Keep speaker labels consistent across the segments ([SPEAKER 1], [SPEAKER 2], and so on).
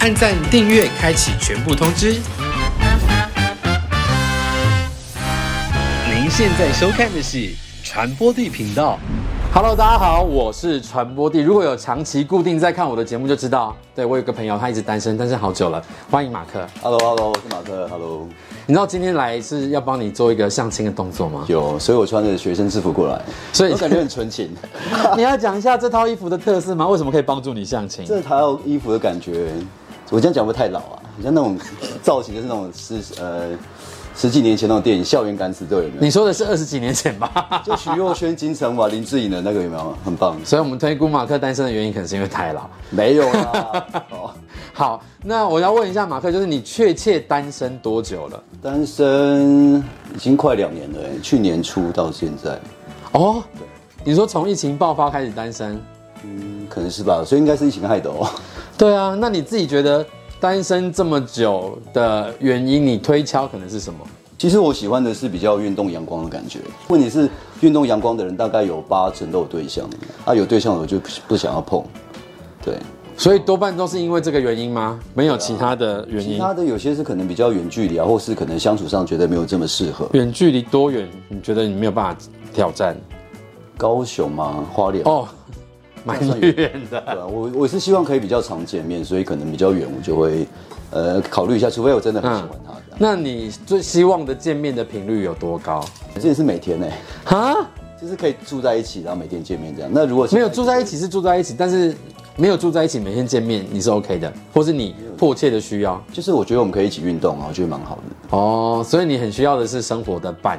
[SPEAKER 1] 按赞、订阅、开启全部通知。您现在收看的是传播地频道。
[SPEAKER 2] Hello，大家好，我是传播帝。如果有长期固定在看我的节目，就知道，对我有个朋友，他一直单身，单身好久了。欢迎马克。
[SPEAKER 3] Hello，Hello，我是马特。Hello，
[SPEAKER 2] 你知道今天来是要帮你做一个相亲的动作吗？
[SPEAKER 3] 有，所以我穿着学生制服过来，
[SPEAKER 2] 所以
[SPEAKER 3] 我感觉很纯情。
[SPEAKER 2] 你要讲一下这套衣服的特色吗？为什么可以帮助你相亲？
[SPEAKER 3] 这套衣服的感觉，我这样讲会不会太老啊？你像那种造型，就是那种十呃十几年前那种电影《校园敢死队》有没有？
[SPEAKER 2] 你说的是二十几年前吧？
[SPEAKER 3] 就徐若瑄、金城武、林志颖的那个有没有？很棒。
[SPEAKER 2] 所以我们推估马克单身的原因可能是因为太老。
[SPEAKER 3] 没 有啦。哦，
[SPEAKER 2] 好，那我要问一下马克，就是你确切单身多久了？
[SPEAKER 3] 单身已经快两年了欸，去年初到现在，
[SPEAKER 2] 哦，你说从疫情爆发开始单身？
[SPEAKER 3] 嗯，可能是吧，所以应该是疫情害的哦。
[SPEAKER 2] 对啊，那你自己觉得单身这么久的原因，你推敲可能是什么？
[SPEAKER 3] 其实我喜欢的是比较运动阳光的感觉。问题是，运动阳光的人大概有八成都有对象，啊，有对象我就不不想要碰。对，
[SPEAKER 2] 所以多半都是因为这个原因吗？没有啊其他的原
[SPEAKER 3] 其
[SPEAKER 2] 因。
[SPEAKER 3] 他的有些是可能比较远距离啊，或是可能相处上觉得没有这么适合。
[SPEAKER 2] 远距离多远？你觉得你没有办法挑战？
[SPEAKER 3] 高雄嘛，花莲啊
[SPEAKER 2] 哦，蛮远的。
[SPEAKER 3] 对啊，我我是希望可以比较常见面，所以可能比较远，我就会呃考虑一下，除非我真的很喜欢他这样。
[SPEAKER 2] 那你最希望的见面的频率有多高？
[SPEAKER 3] 这也是每天呢、
[SPEAKER 2] 哈，
[SPEAKER 3] 就是可以住在一起，然后每天见面这样。那如果是
[SPEAKER 2] 没有住在一起是住在一起，但是没有住在一起，每天见面你是 OK 的，或是你迫切的需要
[SPEAKER 3] 就是我觉得我们可以一起运动啊，我觉得蛮好的。
[SPEAKER 2] 哦，所以你很需要的是生活的伴。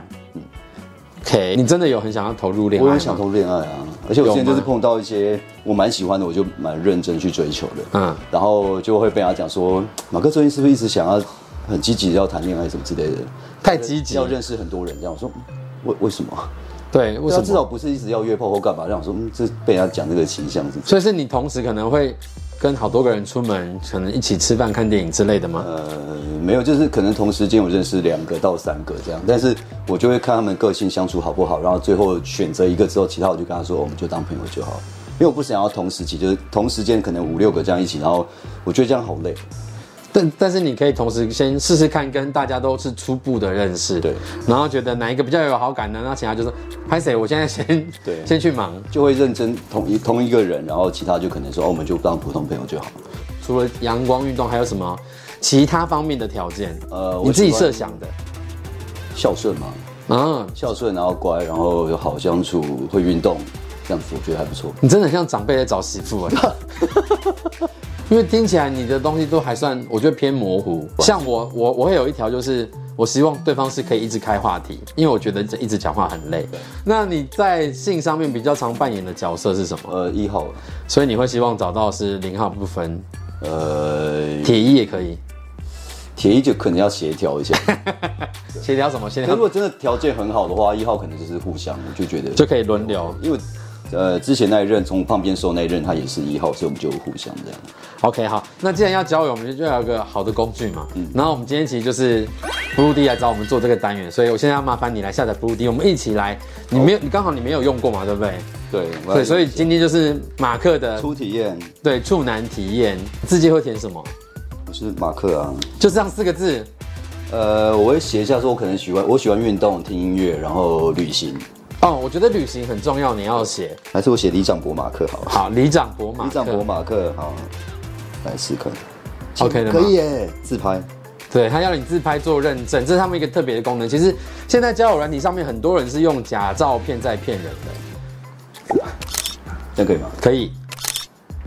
[SPEAKER 2] OK，你真的有很想要投入恋爱
[SPEAKER 3] 我
[SPEAKER 2] 吗？
[SPEAKER 3] 很想谈恋爱啊，而且我之前就是碰到一些我蛮喜欢的，我就蛮认真去追求的。
[SPEAKER 2] 嗯
[SPEAKER 3] 嗯，然后就会被他讲说，马哥最近是不是一直想要很积极地要谈恋爱什么之类的，
[SPEAKER 2] 太积极
[SPEAKER 3] 要，认识很多人这样。我说，嗯为为什么？
[SPEAKER 2] 对，为
[SPEAKER 3] 对
[SPEAKER 2] 什
[SPEAKER 3] 啊，
[SPEAKER 2] 么？
[SPEAKER 3] 至少不是一直要约炮或干嘛。让我说，嗯，这被人家讲这个形象是不是？
[SPEAKER 2] 所以是你同时可能会跟好多个人出门，可能一起吃饭、看电影之类的吗？
[SPEAKER 3] 呃，没有，就是可能同时间我认识两个到三个这样，但是我就会看他们个性相处好不好，然后最后选择一个之后，其他我就跟他说，我们就当朋友就好，因为我不想要同时期，就是同时间可能五六个这样一起，然后我觉得这样好累。
[SPEAKER 2] 但但是你可以同时先试试看，跟大家都是初步的认识，
[SPEAKER 3] 对，
[SPEAKER 2] 然后觉得哪一个比较有好感呢？那其他就是拍谁，我现在先
[SPEAKER 3] 对
[SPEAKER 2] 先去忙。
[SPEAKER 3] 就会认真同一同一个人，然后其他就可能说，哦，我们就当普通朋友就好。
[SPEAKER 2] 除了阳光运动，还有什么其他方面的条件？
[SPEAKER 3] 呃
[SPEAKER 2] 呃，
[SPEAKER 3] 我
[SPEAKER 2] 你自己
[SPEAKER 3] 喜欢
[SPEAKER 2] 设想的。
[SPEAKER 3] 孝顺嘛，
[SPEAKER 2] 嗯，
[SPEAKER 3] 孝顺，然后乖，然后又好相处，会运动，这样子我觉得还不错。
[SPEAKER 2] 你真的很像长辈在找媳妇哎， 因为听起来你的东西都还算，我觉得偏模糊。像我，我我会有一条就是，我希望对方是可以一直开话题，因为我觉得这一直讲话很累。那你在性上面比较常扮演的角色是什么？
[SPEAKER 3] 呃，一号，
[SPEAKER 2] 所以你会希望找到是零号不分，
[SPEAKER 3] 呃，
[SPEAKER 2] 铁一也可以，
[SPEAKER 3] 铁一就可能要协调一下。
[SPEAKER 2] 协调什么协
[SPEAKER 3] 可是
[SPEAKER 2] 调
[SPEAKER 3] 如果真的条件很好的话，一号可能就是互相，我就觉得
[SPEAKER 2] 就可以轮流。
[SPEAKER 3] 因为呃之前那一任从旁边收那一任他也是一号，所以我们就互相这样。
[SPEAKER 2] OK，好，那既然要交友，我们就要有个好的工具嘛。
[SPEAKER 3] 嗯
[SPEAKER 2] 然后我们今天其实就是布鲁迪来找我们做这个单元，所以我现在要麻烦你来下载布鲁迪，我们一起来。你没有，你刚好你没有用过嘛，对不对？
[SPEAKER 3] 对，
[SPEAKER 2] 对，所以今天就是马克的
[SPEAKER 3] 初体验
[SPEAKER 2] 对处男体验，自己会填什么？
[SPEAKER 3] 我是马克啊，
[SPEAKER 2] 就这样四个字。
[SPEAKER 3] 呃，我会写一下说，我可能喜欢我喜欢运动、听音乐，然后旅行，
[SPEAKER 2] 哦，我觉得旅行很重要，你要写
[SPEAKER 3] 还是我写李长博马克好了。
[SPEAKER 2] 好。里长博马克，
[SPEAKER 3] 李长博马克好，来试看
[SPEAKER 2] OK 的吗
[SPEAKER 3] 可以耶，自拍。
[SPEAKER 2] 对他要你自拍做认证，这是他们一个特别的功能。其实现在交友软体上面很多人是用假照片在骗人的。
[SPEAKER 3] 这样可以吗？
[SPEAKER 2] 可以。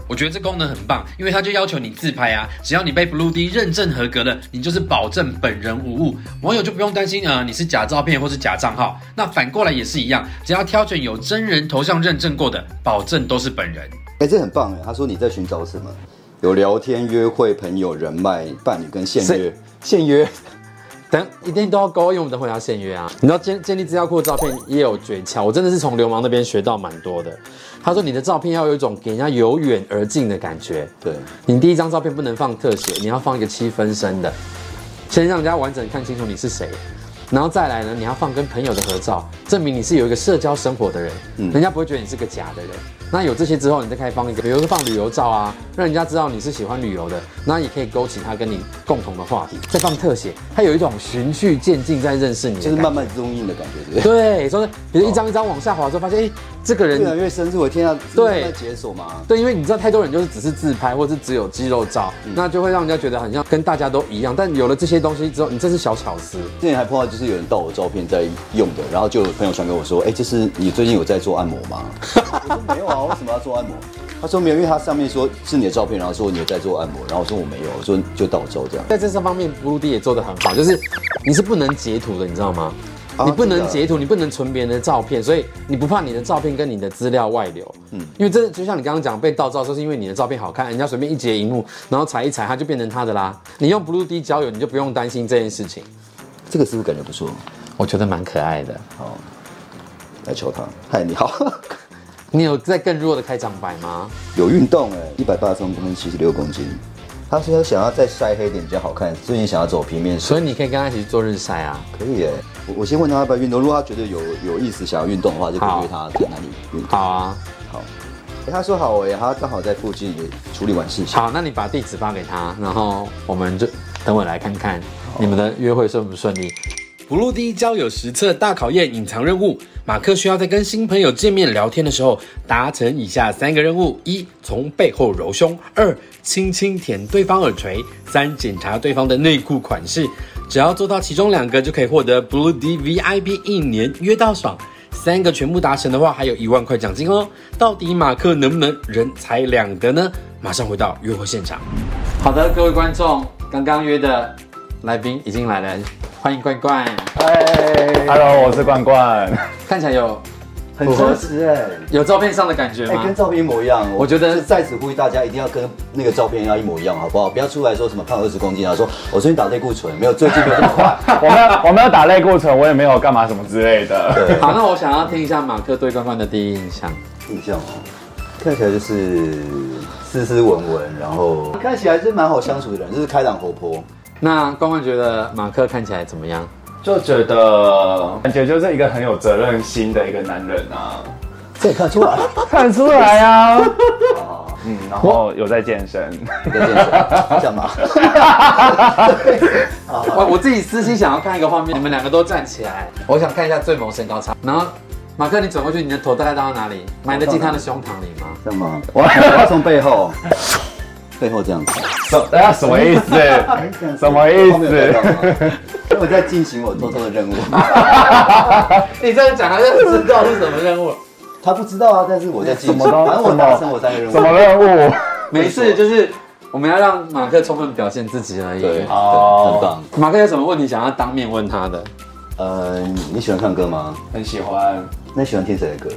[SPEAKER 2] 我觉得这功能很棒，因为它就要求你自拍啊，只要你被 Blue D 认证合格了，你就是保证本人无误，网友就不用担心呃你是假照片或是假账号。那反过来也是一样，只要挑选有真人头像认证过的，保证都是本人。
[SPEAKER 3] 哎、这很棒哎。他说你在寻找什么？有聊天、约会、朋友、人脉、伴侣跟现约
[SPEAKER 2] 谁。
[SPEAKER 3] 现约，
[SPEAKER 2] 等一定都要勾，因为我们等会要限约啊。你知道建建立资料库的照片也有诀窍，我真的是从流氓那边学到蛮多的。他说你的照片要有一种给人家由远而近的感觉，
[SPEAKER 3] 对，
[SPEAKER 2] 你第一张照片不能放特写，你要放一个七分身的，先让人家完整看清楚你是谁，然后再来
[SPEAKER 3] 嗯
[SPEAKER 2] 呢，你要放跟朋友的合照，证明你是有一个社交生活的人，人家不会觉得你是个假的人。那有这些之后，你再开始放一个，比如说放旅游照啊，让人家知道你是喜欢旅游的，那也可以勾起他跟你共同的话题。再放特写，它有一种循序渐进在认识你的
[SPEAKER 3] 就是
[SPEAKER 2] 感觉
[SPEAKER 3] 慢慢 zoom in 的感觉，对不对？
[SPEAKER 2] 对，所以比如一张一张往下滑之后，发现哎、诶这个人
[SPEAKER 3] 越来越深入，我天啊，
[SPEAKER 2] 对
[SPEAKER 3] 在解锁嘛，
[SPEAKER 2] 对，因为你知道太多人就是只是自拍，或是只有肌肉照，那就会让人家觉得很像跟大家都一样。但有了这些东西之后，你这是小巧思。
[SPEAKER 3] 之前还碰到就是有人盗我照片在用的，然后就有朋友传给我说，哎、这是你最近有在做按摩吗？ 我说没有啊，为什么要做按摩？他说没有，因为他上面说是你的照片，然后说你有在做按摩，然后我说我没有，我说就盗照这样。
[SPEAKER 2] 在这三方面，Blue D 也做得很好，就是你是不能截图的，你知道吗？
[SPEAKER 3] 啊
[SPEAKER 2] 你不能
[SPEAKER 3] 真
[SPEAKER 2] 截图，你不能存别人的照片，所以你不怕你的照片跟你的资料外流。嗯，因为这就像你刚刚讲被盗照，说是因为你的照片好看，人家随便一截荧幕，然后踩一踩，它就变成他的啦。你用 Blue D 交友，你就不用担心这件事情。
[SPEAKER 3] 这个是不是感觉不错？
[SPEAKER 2] 我觉得蛮可爱的。
[SPEAKER 3] 好，来求他。嗨，你好。
[SPEAKER 2] 你有在更弱的开场白吗？
[SPEAKER 3] 有运动哎、一百八十公分，七十六公斤。他说他想要再晒黑一点比较好看，最近想要走平面摄
[SPEAKER 2] 所以你可以跟他一起去做日晒啊。
[SPEAKER 3] 可以哎、我我先问他要不要运动，如果他觉得有有意思想要运动的话，就可
[SPEAKER 2] 好
[SPEAKER 3] 以约他在哪里运动。
[SPEAKER 2] 好啊，
[SPEAKER 3] 好，哎他说好哎、他刚好在附近也处理完事情。
[SPEAKER 2] 好，那你把地址发给他，然后我们就等我来看看你们的约会顺不顺利。
[SPEAKER 1] 不露第一交友实测大考验隐藏任务，马克需要在跟新朋友见面聊天的时候，达成以下三个任务：一、从背后揉胸；二、轻轻舔对方耳垂；三、检查对方的内裤款式。只要做到其中两个，就可以获得 Blue D VIP 一年约到爽。三个全部达成的话，还有一万块奖金哦！到底马克能不能人财两得呢？马上回到约会现场。
[SPEAKER 2] 好的，各位观众，刚刚约的来宾已经来了，欢迎冠冠，
[SPEAKER 3] 哎，
[SPEAKER 4] Hello，我是冠 冠。
[SPEAKER 2] 看起来有
[SPEAKER 3] 很
[SPEAKER 2] 符合
[SPEAKER 3] 真实哎、
[SPEAKER 2] 有照片上的感觉
[SPEAKER 3] 哎、
[SPEAKER 2] 吗？
[SPEAKER 3] 跟照片一模一样，
[SPEAKER 2] 我觉得
[SPEAKER 3] 是在此呼吁大家一定要跟那个照片要一模一样，好不好？不要出来说什么胖二十公斤啊，说我最近打类固醇，没有最近没有这么 快。
[SPEAKER 4] 我没有，我没有打类固醇，我也没有干嘛什么之类的。
[SPEAKER 3] 对，
[SPEAKER 2] 好，那我想要听一下马克对冠冠的第一印象。
[SPEAKER 3] 印象哦，看起来就是斯斯文文，然后看起来是蛮好相处的人，就是开朗活泼。
[SPEAKER 2] 那冠冠觉得马克看起来怎么样？
[SPEAKER 4] 就觉得感觉就是一个很有责任心的一个男人 啊，
[SPEAKER 3] 这也看得出来，
[SPEAKER 4] 看出来啊。嗯，然后有在健身，
[SPEAKER 3] 你在健身 干嘛？
[SPEAKER 2] 我我自己私心想要看一个画面，你们两个都站起来，我想看一下最萌身高差。然后马克，你转过去，你的头大概到哪里？埋得进他的胸膛里吗？
[SPEAKER 3] 干嘛？我要从背后，背后这样子，
[SPEAKER 4] 什等 下什么意思？什么意
[SPEAKER 3] 后面有在干
[SPEAKER 4] 思？
[SPEAKER 3] 嘛？因为我在进行我偷偷的任务，
[SPEAKER 2] 你这样讲，他就知道是什么任务。
[SPEAKER 3] 他不知道啊，但是我在进行，
[SPEAKER 4] 什么都
[SPEAKER 3] 反正我达成我三个任
[SPEAKER 4] 什么
[SPEAKER 3] 务。
[SPEAKER 4] 任务？
[SPEAKER 2] 没事，就是我们要让马克充分表现自己而已。
[SPEAKER 3] 对，
[SPEAKER 4] 哦
[SPEAKER 3] 很棒。
[SPEAKER 2] 马克有什么问题想要当面问他的？
[SPEAKER 3] 呃，你喜欢唱歌吗？
[SPEAKER 4] 很喜欢，
[SPEAKER 3] 那你喜欢听谁的歌？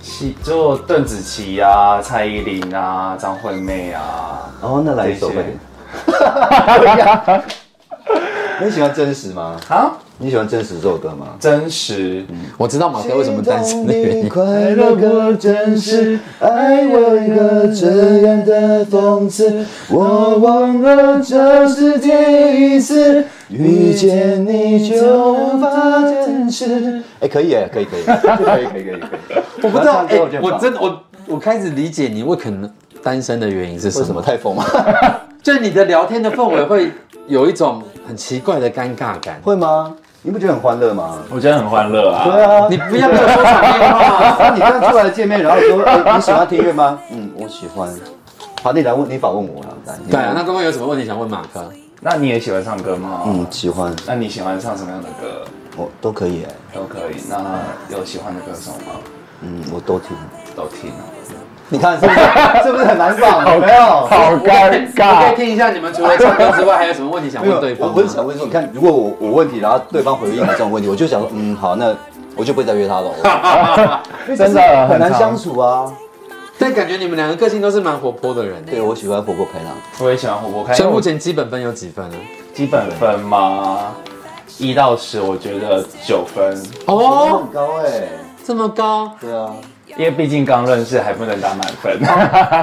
[SPEAKER 4] 喜就邓紫棋啊、蔡依林啊、张惠妹啊。
[SPEAKER 3] 哦，那来一首
[SPEAKER 4] 这些
[SPEAKER 3] 呗。 你喜欢真实吗？
[SPEAKER 4] 啊，
[SPEAKER 3] 你喜欢真实这首歌吗？
[SPEAKER 4] 真实。
[SPEAKER 2] 我知道马克为什么单身的原因。
[SPEAKER 3] 快
[SPEAKER 4] 乐不真实
[SPEAKER 3] 爱我一个这样的讽刺，我忘了这是第一次遇见你就无法坚持。哎，可以耶，可以可以，可以可以可以可以。
[SPEAKER 2] 我不知道，哎、
[SPEAKER 3] 我觉得很
[SPEAKER 2] 我
[SPEAKER 3] 棒
[SPEAKER 2] 真的我我开始理解你为可能单身的原因是什
[SPEAKER 3] 为
[SPEAKER 2] 么？
[SPEAKER 3] 什么太疯吗？
[SPEAKER 2] 就是你的聊天的氛围会有一种很奇怪的尴尬感。
[SPEAKER 3] 会吗？你不觉得很欢乐吗？
[SPEAKER 4] 我觉得很欢乐啊。
[SPEAKER 3] 对啊，
[SPEAKER 2] 你不要跟我说场面话。
[SPEAKER 3] 你刚出来见面，然后说、哎你喜欢听音乐吗？嗯，我喜欢。好，你来问，你访问我了。来你
[SPEAKER 2] 对啊，那刚刚有什么问题想问马克？
[SPEAKER 4] 那你也喜欢唱歌吗？
[SPEAKER 3] 嗯，喜欢，
[SPEAKER 4] 那你喜欢唱什么样的歌
[SPEAKER 3] 我都可以耶。
[SPEAKER 4] 都可以。那有喜欢的歌手吗？
[SPEAKER 3] 嗯，我都听。
[SPEAKER 4] 都听啊。
[SPEAKER 3] 你看是不是是不是很难仿？有没有？
[SPEAKER 4] 好
[SPEAKER 2] 我可以。听一下 你们除了唱歌之外，还有什么问题想
[SPEAKER 3] 没有
[SPEAKER 2] 问对，
[SPEAKER 3] 我
[SPEAKER 2] 方
[SPEAKER 3] 不是想
[SPEAKER 2] 吗？
[SPEAKER 3] 问说，你看，如果我我问题，然后对方回应我这种问题，我就想说，嗯，好，那我就不会再约他了。
[SPEAKER 4] 真的
[SPEAKER 3] 很
[SPEAKER 4] 很
[SPEAKER 3] 难
[SPEAKER 4] 常
[SPEAKER 3] 相。处啊。
[SPEAKER 2] 但感觉你们两个个性都是蛮活泼的人。
[SPEAKER 3] 对，我喜欢活泼开朗。
[SPEAKER 4] 我也喜欢火锅开。
[SPEAKER 2] 所以目前基本分有几分啊呢？
[SPEAKER 4] 基本分吗？一到十，我觉得九分，
[SPEAKER 3] 哦，
[SPEAKER 2] 哦，
[SPEAKER 3] 很高哎。
[SPEAKER 2] 这么高，
[SPEAKER 3] 对啊。
[SPEAKER 4] 因为毕竟刚认识，还不能打满 分。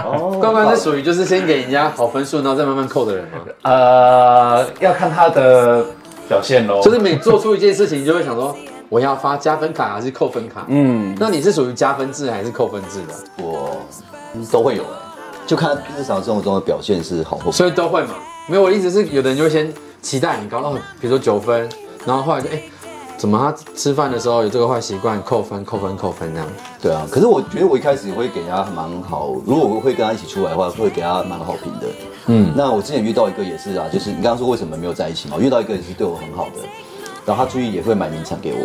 [SPEAKER 3] 哦，
[SPEAKER 2] 关关是属于就是先给人家好分数，然后再慢慢扣的人吗？
[SPEAKER 4] 呃，要看他的表现喽。
[SPEAKER 2] 就是每做出一件事情，你就会想说，我要发加分卡还是扣分卡？
[SPEAKER 4] 嗯，
[SPEAKER 2] 那你是属于加分制还是扣分制的？
[SPEAKER 3] 我
[SPEAKER 2] 都会有、
[SPEAKER 3] 就看他日常生活中的表现是好或不好。
[SPEAKER 2] 所以都会嘛。没有，我的意思是，有的人就会先期待很高，哦，比如说九分，然后后来就哎、怎么他吃饭的时候有这个坏习惯，扣分、扣分、扣分这样。
[SPEAKER 3] 对啊，可是我觉得我一开始会给他蛮好，如果我会跟他一起出来的话，会给他蛮好评的。嗯，那我之前遇到一个也是啊，就是你刚刚说为什么没有在一起嘛，我遇到一个也是对我很好的，然后他出去也会买名产给我。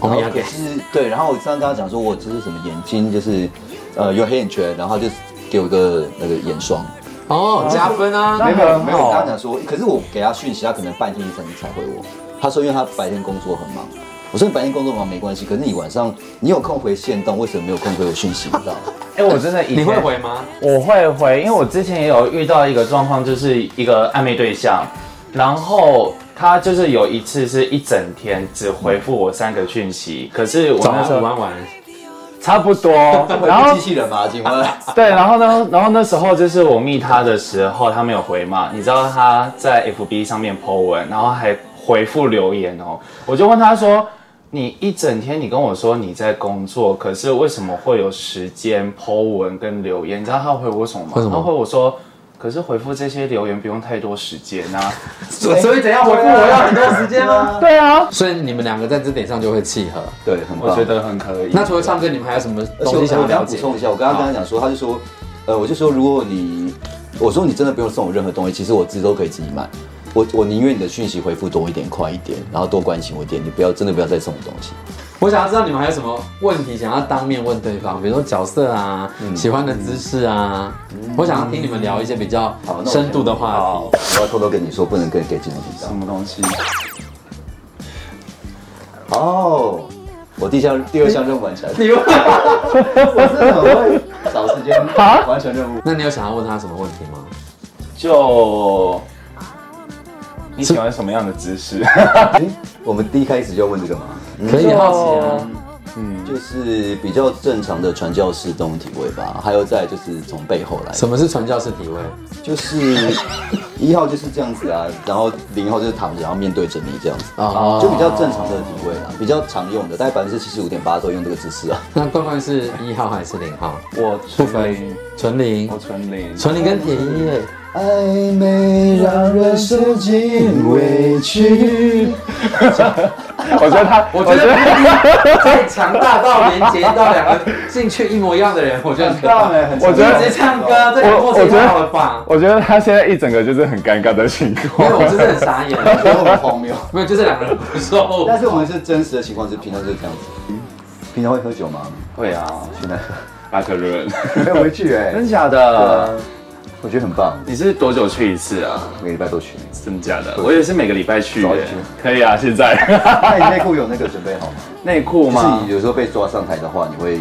[SPEAKER 2] 哦
[SPEAKER 3] 然后
[SPEAKER 2] 要给
[SPEAKER 3] 可是对，然后我上次跟他讲说，我这是什么眼睛，就是呃有黑眼圈，然后他就给我一个那个眼霜。
[SPEAKER 2] 哦，加分啊！
[SPEAKER 4] 那很
[SPEAKER 3] 没有，我跟他
[SPEAKER 4] 好
[SPEAKER 3] 讲，说，可是我给他讯息，他可能半天一整天才回我。他说，因为他白天工作很忙。我说你白天工作忙没关系，可是你晚上你有空回线动，为什么没有空回我讯息？你知道吗？
[SPEAKER 4] 哎，我真的以
[SPEAKER 2] 你
[SPEAKER 4] 前
[SPEAKER 2] 会回吗？
[SPEAKER 4] 我会回，因为我之前也有遇到一个状况，就是一个暧昧对象，然后他就是有一次是一整天只回复我三个讯息，可是我
[SPEAKER 2] 早
[SPEAKER 4] 那时
[SPEAKER 2] 上
[SPEAKER 4] 候
[SPEAKER 2] 玩玩，
[SPEAKER 4] 差不 多，然
[SPEAKER 3] 回
[SPEAKER 4] 后
[SPEAKER 3] 复机器人嘛，请问？
[SPEAKER 4] 对，然后呢，然后那时候就是我密他的时候，他没有回嘛，你知道他在 FB 上面 po 文，然后还回复留言哦，我就问他说。你一整天，你跟我说你在工作，可是为什么会有时间 Po 文跟留言？你知道他回我什么吗？
[SPEAKER 2] 回什么
[SPEAKER 4] 他回我说，可是回复这些留言不用太多时间啊。
[SPEAKER 2] 所以怎样回复我要很多时间吗？
[SPEAKER 4] 对啊，
[SPEAKER 2] 所以你们两个在这点上就会契合。
[SPEAKER 3] 对，很棒。
[SPEAKER 4] 我觉得很可以。
[SPEAKER 2] 那除了唱歌，你们还有什么
[SPEAKER 3] 而且
[SPEAKER 2] 东
[SPEAKER 3] 我
[SPEAKER 2] 西想要
[SPEAKER 3] 我刚
[SPEAKER 2] 了
[SPEAKER 3] 刚补
[SPEAKER 2] 解？
[SPEAKER 3] 充一下，我刚刚跟他讲说，他就说，呃，我就说如果你，我说你真的不用送我任何东西，其实我自己都可以自己买。我我宁愿你的讯息回复多一点、快一点，然后多关心我一点，你不要真的不要再送我东西。
[SPEAKER 2] 我想要知道你们还有什么问题想要当面问对
[SPEAKER 3] 嗯
[SPEAKER 2] 方，比如说角色啊、喜欢的姿势啊，我想要听你们聊一些比较
[SPEAKER 3] 嗯好那我先
[SPEAKER 2] 深度的话题。
[SPEAKER 3] 我要偷偷跟你说，不能跟给金融频道
[SPEAKER 4] 什。么东西？
[SPEAKER 3] 哦，我第一项第二项任务完 成，
[SPEAKER 2] 你问。
[SPEAKER 3] 我真的很会找时间
[SPEAKER 2] 啊
[SPEAKER 3] 完成任务。
[SPEAKER 2] 那你有想要问他什么问题吗？
[SPEAKER 4] 就你喜欢什么样的姿势？
[SPEAKER 3] 诶我们第一开始就要问这个嗯吗？
[SPEAKER 2] 可以好奇啊。
[SPEAKER 3] 就是比较正常的传教士动体位吧，还有再来就是从背后来，
[SPEAKER 2] 什么是传教士体位？
[SPEAKER 3] 就是一号就是这样子啊，然后零号就是躺着，然后面对着你这样子，
[SPEAKER 2] 哦，
[SPEAKER 3] 就比较正常的体位啊，比较常用的，大概百分之七十五点八都用这个姿势啊。
[SPEAKER 2] 那冠冠是一号还是零号？
[SPEAKER 4] 我
[SPEAKER 2] 不
[SPEAKER 4] 纯
[SPEAKER 2] 分
[SPEAKER 4] 零，，
[SPEAKER 2] 纯零
[SPEAKER 4] 我，纯零，
[SPEAKER 2] 纯零跟铁一耶。
[SPEAKER 3] 暧昧让人受尽委屈。
[SPEAKER 4] 我觉得他，
[SPEAKER 2] 我觉得铁一太强大到连接到两个兴趣一模一样的人，我觉得很可怕。
[SPEAKER 3] 很
[SPEAKER 4] 我觉得
[SPEAKER 2] 你直接唱歌，这个
[SPEAKER 4] 我
[SPEAKER 2] 过程
[SPEAKER 4] 我觉得
[SPEAKER 2] 太好了吧？
[SPEAKER 4] 我觉得他现在一整个就是很尴尬的情
[SPEAKER 2] 没有，
[SPEAKER 4] 况。
[SPEAKER 2] 我真的很傻眼。
[SPEAKER 3] 觉得很荒谬。
[SPEAKER 2] 没有，就这两个人不熟。
[SPEAKER 3] 但是我们是真实的情况，是平常就是这样子。平常会喝酒吗？
[SPEAKER 4] 会啊，
[SPEAKER 3] 现在
[SPEAKER 4] 巴克润，
[SPEAKER 3] 没有回去哎、
[SPEAKER 4] 真假的？
[SPEAKER 3] 我觉得很棒，
[SPEAKER 4] 你是多久去一次啊？
[SPEAKER 3] 每个礼拜都去。
[SPEAKER 4] 真假的？我也是每个礼拜去
[SPEAKER 3] 早
[SPEAKER 4] 耶
[SPEAKER 3] 去。
[SPEAKER 4] 可以啊，现在
[SPEAKER 3] 那你内裤有那个准备好吗？
[SPEAKER 4] 内裤
[SPEAKER 3] 就是
[SPEAKER 4] 吗
[SPEAKER 3] 你？有时候被抓上台的话，你会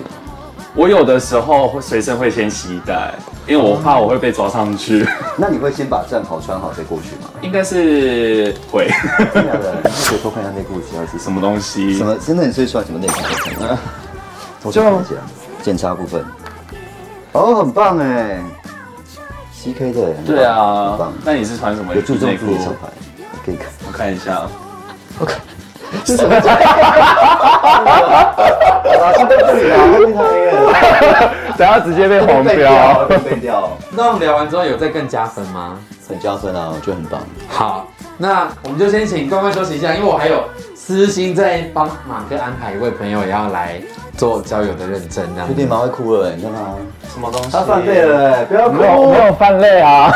[SPEAKER 4] 我有的时候会随身会先携带，因为我怕我会被抓上去。
[SPEAKER 3] 那你会先把战袍穿好再过去吗？
[SPEAKER 4] 应该是会
[SPEAKER 3] 真的假的？你可以偷看一下内裤其他是什
[SPEAKER 4] 什
[SPEAKER 3] 么？
[SPEAKER 4] 么东西
[SPEAKER 3] 什？么？真的你是穿什么内裤？我就看一下检查部分。哦，很棒哎，CK 的耶，很棒
[SPEAKER 4] 对
[SPEAKER 3] 很
[SPEAKER 4] 啊
[SPEAKER 3] 棒，，
[SPEAKER 4] 那你是穿什么
[SPEAKER 3] 有注重
[SPEAKER 4] 内
[SPEAKER 3] 自己
[SPEAKER 4] 裤
[SPEAKER 3] 的？手牌，可以看。
[SPEAKER 4] 我看一下，
[SPEAKER 3] 啊，现在这里啊，会被他黑了，
[SPEAKER 4] 等下直接被黄
[SPEAKER 3] 被
[SPEAKER 4] 标。
[SPEAKER 3] 掉，被掉，
[SPEAKER 2] 那我们聊完之后有再更加分吗？
[SPEAKER 3] 很加分啊，我觉得很棒。
[SPEAKER 2] 好，那我们就先请关关休息一下，因为我还有私心在帮马哥安排一位朋友也要来做交友的认证，这样
[SPEAKER 3] 有
[SPEAKER 2] 子
[SPEAKER 3] 点。蛮会哭了，你看他，
[SPEAKER 4] 什么东西？
[SPEAKER 3] 他犯罪了哎，不要哭
[SPEAKER 4] 没。有没有犯累啊。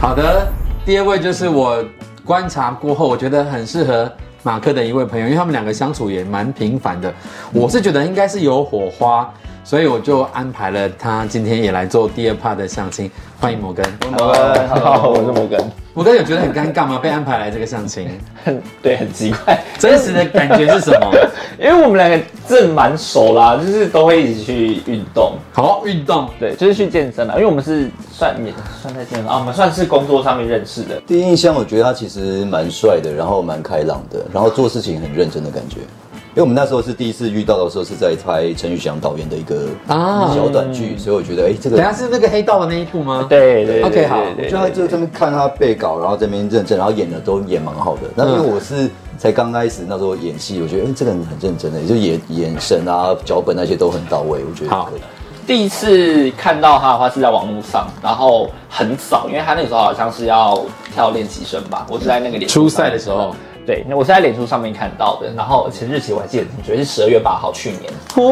[SPEAKER 2] 好的，第二位就是我观察过后，我觉得很适合马克的一位朋友，因为他们两个相处也蛮频繁的，我是觉得应该是有火花，所以我就安排了他今天也来做第二 part 的相亲，欢迎摩根。
[SPEAKER 3] 好，我是摩根。
[SPEAKER 2] 摩根有觉得很尴尬吗？被安排来这个相亲，
[SPEAKER 5] 对，很奇怪，
[SPEAKER 2] 真实的感觉是什么？
[SPEAKER 5] 因为我们两个真的蛮熟啦，就是都会一起去运动，
[SPEAKER 2] 好，运动。
[SPEAKER 5] 对，就是去健身啦，因为我们是算也算在健身啊，我们算是工作上面认识的，
[SPEAKER 3] 第一印象，我觉得他其实蛮帅的，然后蛮开朗的，然后做事情很认真的感觉。因为我们那时候是第一次遇到的时候，是在拍陈宇翔导演的一个
[SPEAKER 2] 啊
[SPEAKER 3] 小短剧，所以我觉得，哎、这个
[SPEAKER 2] 等一下是那个黑道的那一部吗？，
[SPEAKER 5] 对对对
[SPEAKER 2] OK，好
[SPEAKER 5] 对对
[SPEAKER 2] 嗯
[SPEAKER 3] 就他就这边看他背稿，然后这边认真，然后演的都演蛮好的。那因为我是才刚开始那时候演戏，我觉得嗯这个人很认真的，就眼眼神啊、脚本那些都很到位，我觉得
[SPEAKER 2] 好
[SPEAKER 3] 可以。
[SPEAKER 5] 第一次看到他的话是在网络上，然后很早，因为他那个时候好像是要跳练习生吧，我是在那个脸书
[SPEAKER 2] 初
[SPEAKER 5] 上
[SPEAKER 2] 赛
[SPEAKER 5] 面
[SPEAKER 2] 的时候，
[SPEAKER 5] 对，那我是在脸书上面看到的，然后其实日期我还记得很清楚，是十二月八号，去年。哦，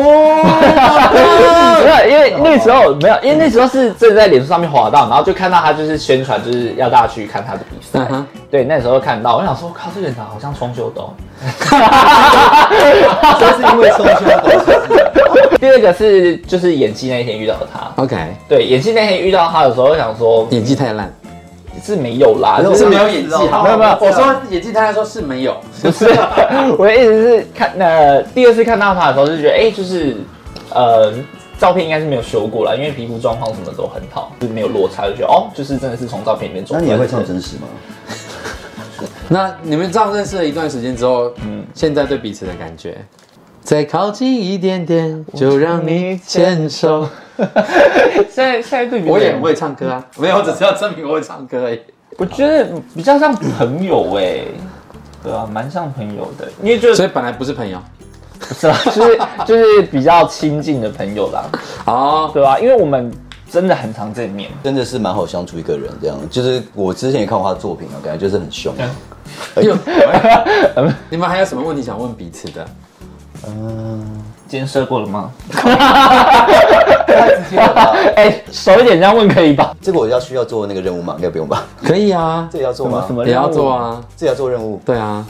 [SPEAKER 5] 没有，因为那时候没有，因为那时候是正在脸书上面滑到，然后就看到他就是宣传，就是要大家去看他的比赛。
[SPEAKER 2] 嗯哼
[SPEAKER 5] 对，那时候看到，我想说，靠，这个人长得好像冲秀的、哦。
[SPEAKER 3] 但是因为冲销
[SPEAKER 5] 第二个是就是演技那一天遇到他，
[SPEAKER 2] ，OK，
[SPEAKER 5] 对，演技那天遇到他的时候，我想说
[SPEAKER 2] 演技太烂，
[SPEAKER 5] 是没有啦，
[SPEAKER 3] 没有
[SPEAKER 5] 就是
[SPEAKER 3] 没有
[SPEAKER 2] 演
[SPEAKER 3] 技好
[SPEAKER 2] 没有没有，我说演技太烂，说是没有，
[SPEAKER 5] 不是， 我的意思是看呃第二次看到他的时候就觉得，哎、就是呃照片应该是没有修过了，因为皮肤状况什么都很好，就是没有落差，就觉得哦，就是真的是从照片里面走
[SPEAKER 3] 那
[SPEAKER 5] 出来
[SPEAKER 3] 你
[SPEAKER 5] 的。
[SPEAKER 3] 也会唱真实吗？
[SPEAKER 2] 那你们这样认识了一段时间之后，嗯，现在对彼此的感觉，再靠近一点点，就让你牵手。
[SPEAKER 5] 现在现在对比
[SPEAKER 2] 我也很，会唱歌啊，没有，我只是要证明我会唱歌 而已。
[SPEAKER 5] 我觉得比较像朋友哎、对啊，蛮像朋友的，因为就
[SPEAKER 2] 所
[SPEAKER 5] 是
[SPEAKER 2] 以本来不是朋友。
[SPEAKER 5] 是啊就是就是比较亲近的朋友啦，
[SPEAKER 2] 哦，
[SPEAKER 5] 对吧、啊因为我们真的很常见面，
[SPEAKER 3] 真的是蛮好相处一个人，这样。就是我之前也看过他的作品啊，感觉就是很凶。
[SPEAKER 2] 有，哎你们还有什么问题想问彼此的？
[SPEAKER 5] 今天射过了吗？ 哎、熟一点这样问可以吧？
[SPEAKER 3] 这个我要需要做那个任务吗？应该不用吧？
[SPEAKER 2] 可以啊
[SPEAKER 3] 这，个要做吗
[SPEAKER 5] 什？么
[SPEAKER 2] 也要
[SPEAKER 5] 任务
[SPEAKER 2] 做？啊，
[SPEAKER 3] 这个要做任务
[SPEAKER 2] 对啊，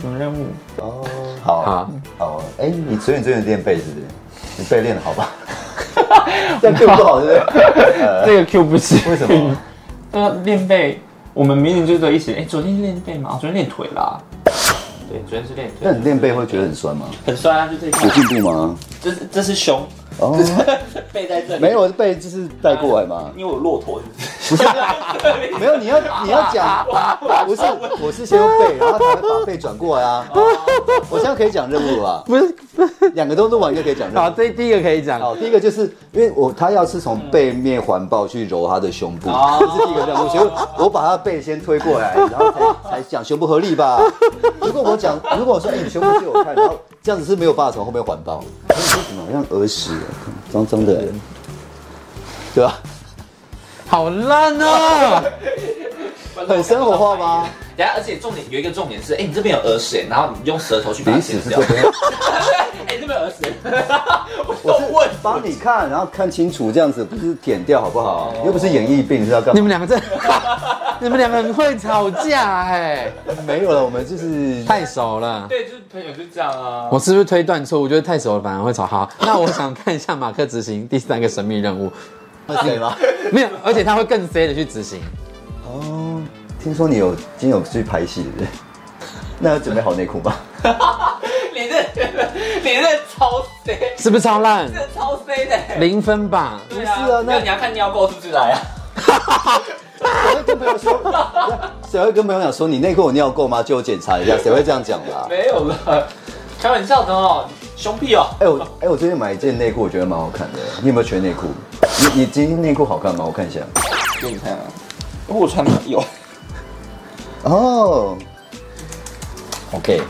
[SPEAKER 5] 什么任务？
[SPEAKER 3] 哦。好，
[SPEAKER 2] 好
[SPEAKER 3] 好，好。哎，你所以你最近练背是不是？你背练的好吧？这样对不好，对不对？呃
[SPEAKER 5] 这个 Q 不行。
[SPEAKER 3] 为什 么？
[SPEAKER 5] 对啊，练背，我们明明就在一起。哎、昨天是练背吗？哦昨天练腿啦。对，昨天是练
[SPEAKER 3] 那
[SPEAKER 5] 腿，
[SPEAKER 3] 你练背会觉得很酸吗？
[SPEAKER 5] 很酸啊，就这一块
[SPEAKER 3] 有，进步吗？
[SPEAKER 5] 这是这是胸，
[SPEAKER 3] 哦，
[SPEAKER 5] 背在这 里。
[SPEAKER 3] 没，有，背就是带过来嘛。
[SPEAKER 5] 因为我骆驼是不是。
[SPEAKER 3] 没有，你要你要讲，不是，我是先用背，然后才会把背转过来 啊。我现在可以讲任务了吧？不是，两个都弄完，一个可以讲任务。
[SPEAKER 2] 这第一个可以讲
[SPEAKER 3] 好，第一个就是因为我他要是从背面环抱去揉他的胸部，
[SPEAKER 2] 哦
[SPEAKER 3] 这是第一个任务，所以我把他的背先推过 来，然后才才讲胸部合理吧。如果我讲，如果我说哎、你胸部借我看，然后这样子是没有办法从后面环抱，哎你怎么好像儿时脏脏的，对吧？
[SPEAKER 2] 好烂哦，
[SPEAKER 3] 很生活化吗？
[SPEAKER 5] 等下，而且重点有一个重点是，哎、你这边有耳屎，然后你用舌头去把它
[SPEAKER 3] 鼻屎
[SPEAKER 5] 剪
[SPEAKER 3] 是
[SPEAKER 5] 掉
[SPEAKER 3] 这。边，
[SPEAKER 5] 哎、这边有耳屎，
[SPEAKER 3] 我是帮你看，然后看清楚这样子，不是舔掉好不好？
[SPEAKER 5] 哦
[SPEAKER 3] 又不是演艺病，是要干
[SPEAKER 2] 你
[SPEAKER 3] 嘛？
[SPEAKER 2] 们两个真， 你们两个很会吵架哎，
[SPEAKER 3] 没有了，我们就是
[SPEAKER 2] 太熟了。
[SPEAKER 5] 对，就是朋友就这样啊。
[SPEAKER 2] 我是不是推断错误？我觉得太熟了反而会吵。好，那我想看一下马克执行第三个神秘任务，
[SPEAKER 3] 对吗？
[SPEAKER 2] 没有，而且他会更 C 的去执行。
[SPEAKER 3] 哦，听说你有今天有去拍戏，对不对？那要准备好内裤 吧。
[SPEAKER 5] 你这你这超 C，
[SPEAKER 2] 是不是超 烂？
[SPEAKER 5] 超 C 的、
[SPEAKER 2] 零分吧。
[SPEAKER 5] 不
[SPEAKER 3] 啊不是啊那
[SPEAKER 5] 你要看尿垢是不是来啊？
[SPEAKER 3] 谁会跟朋友说？谁会跟朋友讲说你内裤有尿够吗？就检查一下，谁会这样讲啦？
[SPEAKER 5] 没有了，开玩笑的哦，胸屁哦。
[SPEAKER 3] 哎、我哎、我最近买一件内裤，我觉得蛮好看的。你有没有全内裤？你你今天内裤好看吗？我看一下。
[SPEAKER 5] 给你看啊，我穿的有。
[SPEAKER 3] 哦、o k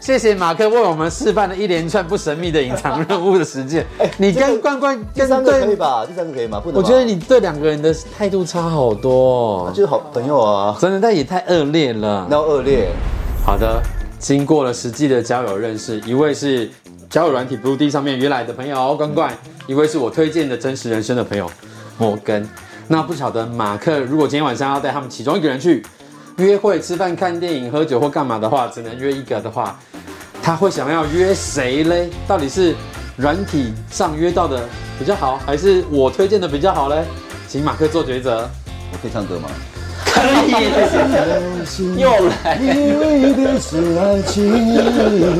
[SPEAKER 2] 谢谢谢马克为我们示范了一连串不神秘的隐藏任务的实践。 你跟关关
[SPEAKER 3] 哎第
[SPEAKER 2] 跟
[SPEAKER 3] 三个可以
[SPEAKER 2] 对，
[SPEAKER 3] 吧？第三个可以吗？不能吧。
[SPEAKER 2] 我觉得你对两个人的态度差好多、
[SPEAKER 3] 就是好朋友啊，
[SPEAKER 2] 真的，但也太恶劣了。
[SPEAKER 3] 那恶劣。
[SPEAKER 2] 好的，经过了实际的交友认识，一位是交友软体 Blue D 上面约来的朋友关关，一位是我推荐的真实人生的朋友摩根。那不晓得马克如果今天晚上要带他们其中一个人去约会、吃饭、看电影、喝酒或干嘛的话，只能约一个的话，他会想要约谁嘞？到底是软体上约到的比较好，还是我推荐的比较好嘞？请马克做抉择。
[SPEAKER 3] 我可以唱歌吗？
[SPEAKER 5] 又来，
[SPEAKER 3] 因为别是爱情。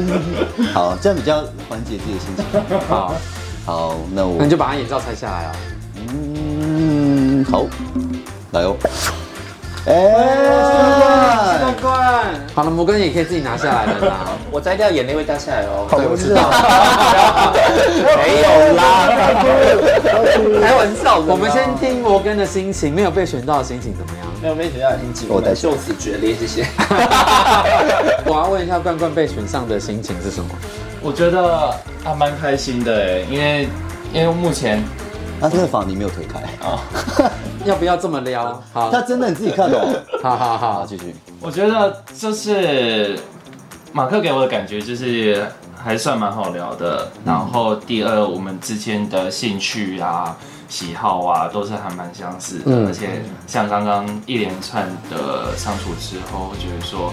[SPEAKER 3] 好，这样比较缓解自己的心情。
[SPEAKER 2] 好，
[SPEAKER 3] 好，那我
[SPEAKER 2] 那你就把他眼罩拆下来啊。
[SPEAKER 3] 嗯好，来哦。哎，
[SPEAKER 2] 好了，摩根也可以自己拿下来了啦。
[SPEAKER 5] 我摘掉眼泪会掉下来哦。
[SPEAKER 3] 哎我知道，
[SPEAKER 5] 没有啦，
[SPEAKER 3] 开玩
[SPEAKER 5] 玩笑的。
[SPEAKER 2] 我们先听摩根的心情，没有被选到的心情怎么样？
[SPEAKER 5] 没有没学校已经进，
[SPEAKER 3] 我
[SPEAKER 5] 我
[SPEAKER 3] 们
[SPEAKER 5] 们
[SPEAKER 3] 就
[SPEAKER 5] 就此决裂，谢谢。
[SPEAKER 2] 我要问一下冠冠被选上的心情是什么？
[SPEAKER 4] 我觉得还蛮开心的哎，因为因为目前
[SPEAKER 3] 啊那这个房你没有推开，
[SPEAKER 2] 要不要这么撩？好，
[SPEAKER 3] 他真的你自己看哦懂？
[SPEAKER 2] 好好
[SPEAKER 3] 好，
[SPEAKER 2] 好，
[SPEAKER 3] 继续。
[SPEAKER 4] 我觉得就是马克给我的感觉就是还算蛮好聊的，然后第二我们之间的兴趣啊、喜好啊都是还蛮相似的，
[SPEAKER 2] 嗯
[SPEAKER 4] 而且像刚刚一连串的相处之后，我觉得说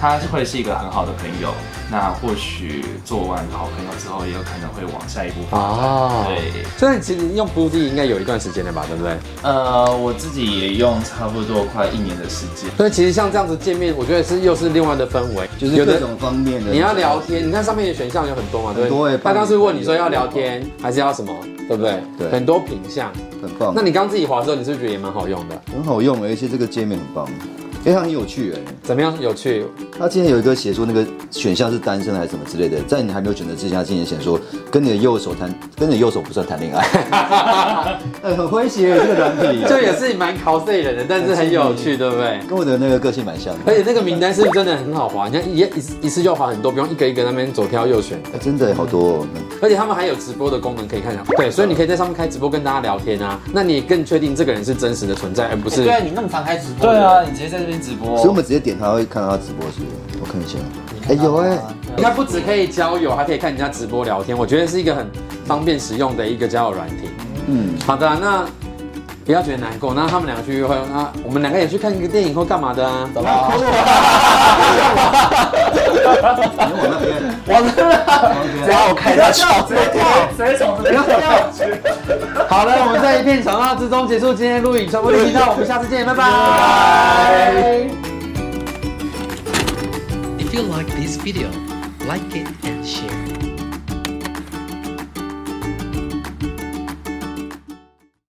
[SPEAKER 4] 他会是一个很好的朋友，那或许做完好朋友之后，也有可能会往下一步发展。
[SPEAKER 2] 哦，
[SPEAKER 4] 对，
[SPEAKER 2] 所以其实用 b o d y 应该有一段时间了吧，对不对？
[SPEAKER 4] 呃，我自己也用差不多快一年的时间。
[SPEAKER 2] 所以其实像这样子见面，我觉得是又是另外的氛围，
[SPEAKER 3] 就是各种方面的。
[SPEAKER 2] 你要聊天，你看上面的选项有很多嘛，对
[SPEAKER 3] 很
[SPEAKER 2] 不
[SPEAKER 3] 多
[SPEAKER 2] 对？
[SPEAKER 3] 欸
[SPEAKER 2] 他当时问你说要聊天还是要什么，对不对？
[SPEAKER 3] 对
[SPEAKER 2] 很多品相。
[SPEAKER 3] 很棒，
[SPEAKER 2] 那你刚自己滑的时候，你是不是觉得也蛮好用的？
[SPEAKER 3] 很好用，而且这个界面很棒，非常有趣哎。
[SPEAKER 2] 怎么样？有趣？
[SPEAKER 3] 他今天有一个写说那个选项是单身还是什么之类的，在你还没有选择之前，他今天写说跟你的右手谈， 跟你的右手不算谈恋爱，哎很诙谐这个软 体，
[SPEAKER 2] 这也是蛮 cos 人的，但是很有趣，对不对？
[SPEAKER 3] 跟我的那个个性蛮像的
[SPEAKER 2] 嗯而。且那个名单是不是真的很好滑？你看一一次一次就滑很多，不用一个一个那边左挑右选。
[SPEAKER 3] 哎真的好多、哦，
[SPEAKER 2] 而且他们还有直播的功能可以看一下。对，所以你可以在上面开直播跟大家聊天啊。那你也更确定这个人是真实的存在，而不是
[SPEAKER 5] 对啊，你那么常开直播，
[SPEAKER 4] 对啊，，你直接在这边直播
[SPEAKER 3] 所以我们直接点他会看到他直播是不是？我看一下，哎、有哎、
[SPEAKER 2] 你看不只可以交友，还可以看人家直播聊天。我觉得是一个很方便实用的一个交友软体。
[SPEAKER 3] 嗯，
[SPEAKER 2] 好的啊、那不要觉得难过。那他们两个去约会，那我们两个也去看一个电影或干嘛的啊？
[SPEAKER 5] 怎么了？
[SPEAKER 3] 你往那边，
[SPEAKER 5] 只要我开下去，
[SPEAKER 2] 好了，我们在一片吵闹之中结束今天的录影传播的频道，我们下次见，拜拜。
[SPEAKER 6] If you like this video, like it and share.